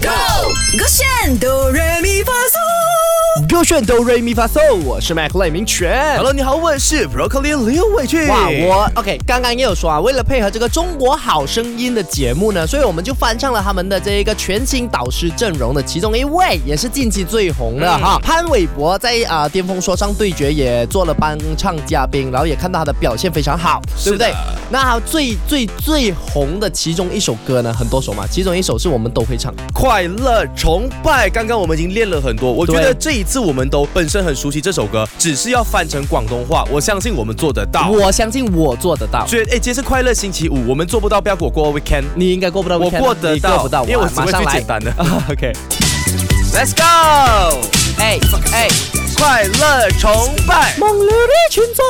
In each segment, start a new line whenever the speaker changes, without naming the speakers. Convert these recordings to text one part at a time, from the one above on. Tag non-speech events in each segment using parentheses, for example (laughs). Go，勾选哆来咪发嗦。
歌炫哆瑞咪发嗦，我是麦克赖明全。
Hello，你好，我是 Broccoli 刘伟俊。
哇，我 OK，刚刚也有说啊，为了配合这个《中国好声音》的节目呢，所以我们就翻唱了他们的这一个全新导师阵容的其中一位，也是近期最红
嗯
的哈，潘玮柏在啊、巅峰说唱对决也做了帮唱嘉宾，然后也看到他的表现非常好，对不对
是的？
那他最最最红的其中一首歌呢，很多首嘛，其中一首是我们都会唱，
快乐崇拜。刚刚我们已经练了很多，我觉
对
得这一次我们都本身很熟悉这首歌，只是要翻成广东话，我相信我们做得到。
我相信我做得到。
觉得哎，今天是快乐星期五，我们做不到，不要给我过 weekend。
你应该过不到
我
weekend 啊，
过得
你
到，
过不到，
因为我只
马
会
上
最
来
简。单
(laughs)
的。
OK，
Let's go，
哎哎。
快乐崇拜。
望了的存在，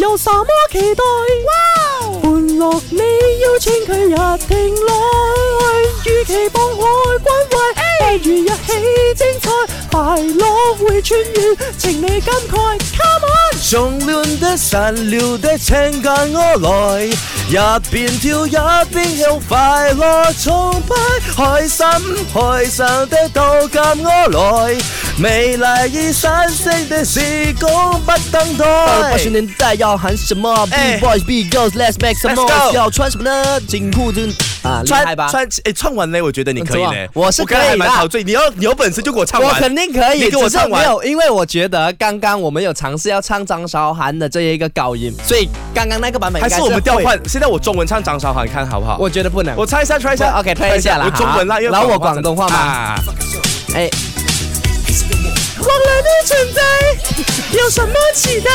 有什么期待？歡樂你邀請佢入庭內，與其放開關懷，不如一起精彩，快樂會穿越情理感慨。Come on！
上亂的散了的請間我來，一邊跳一邊有快樂崇拜，開心開心的到間我來，美麗而散星的時光不等
二八
待
十。年代要喊什么？B
哎
boys B girls let's make some
Let's go
noise，要穿什么呢？紧裤真啊，厉害
穿
吧？
穿诶，唱完嘞，我觉得你可以
怎么
嘞。
我是
刚才
可以
还
的
蛮陶醉，你要你有本事就给我唱
我
完。
肯定可以，
你给我
只是
唱完
没有，因为我觉得刚刚我们有尝试要唱张韶涵的这一个高音，所以刚刚那个版本应
还
该
是
是
我们调
会？
换？现在我中文唱张韶涵看好不好？
我觉得不能。
我猜一下，try 一下。
不，OK，猜一下啦
我中文啦，因为
然后我广东话嘛
啊
哎，
忘了你存在，有什么期待？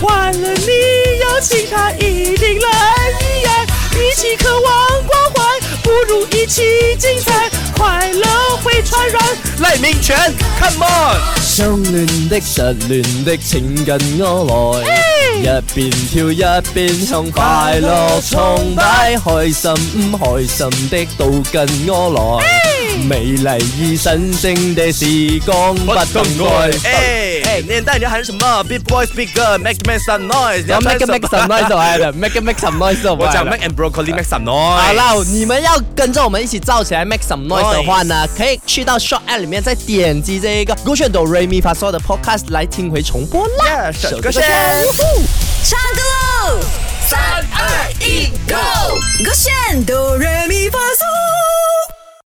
换了你邀请他一定来，一起渴望关怀，不如一起精彩，快乐会传染。
赖明权，Come on！
相戀的失戀的，請跟我來，一邊跳一邊向快樂崇拜，開心唔開心的都跟我來，美麗而神聖的時光不等待。
哎哎，年代你要喊什么？Big boys, big girl, make make some noise。你
然
要
后 make
唱什
a make some
么
noise à, 来了，make a make some noise à.
(laughs)
就
我
来
讲
了
make and broccoli make some
好
noise。
了，你们要跟着我们一起造起来 make some noise 的话呢，可以去到 Short App 里面再点击这一个 g o o d Do Re Mi Fa So 的 Podcast 来听回重播啦。
Yeah，
手
手歌
歌
先
呜呼
唱歌喽！三二一，Go，勾选哆来咪发嗦。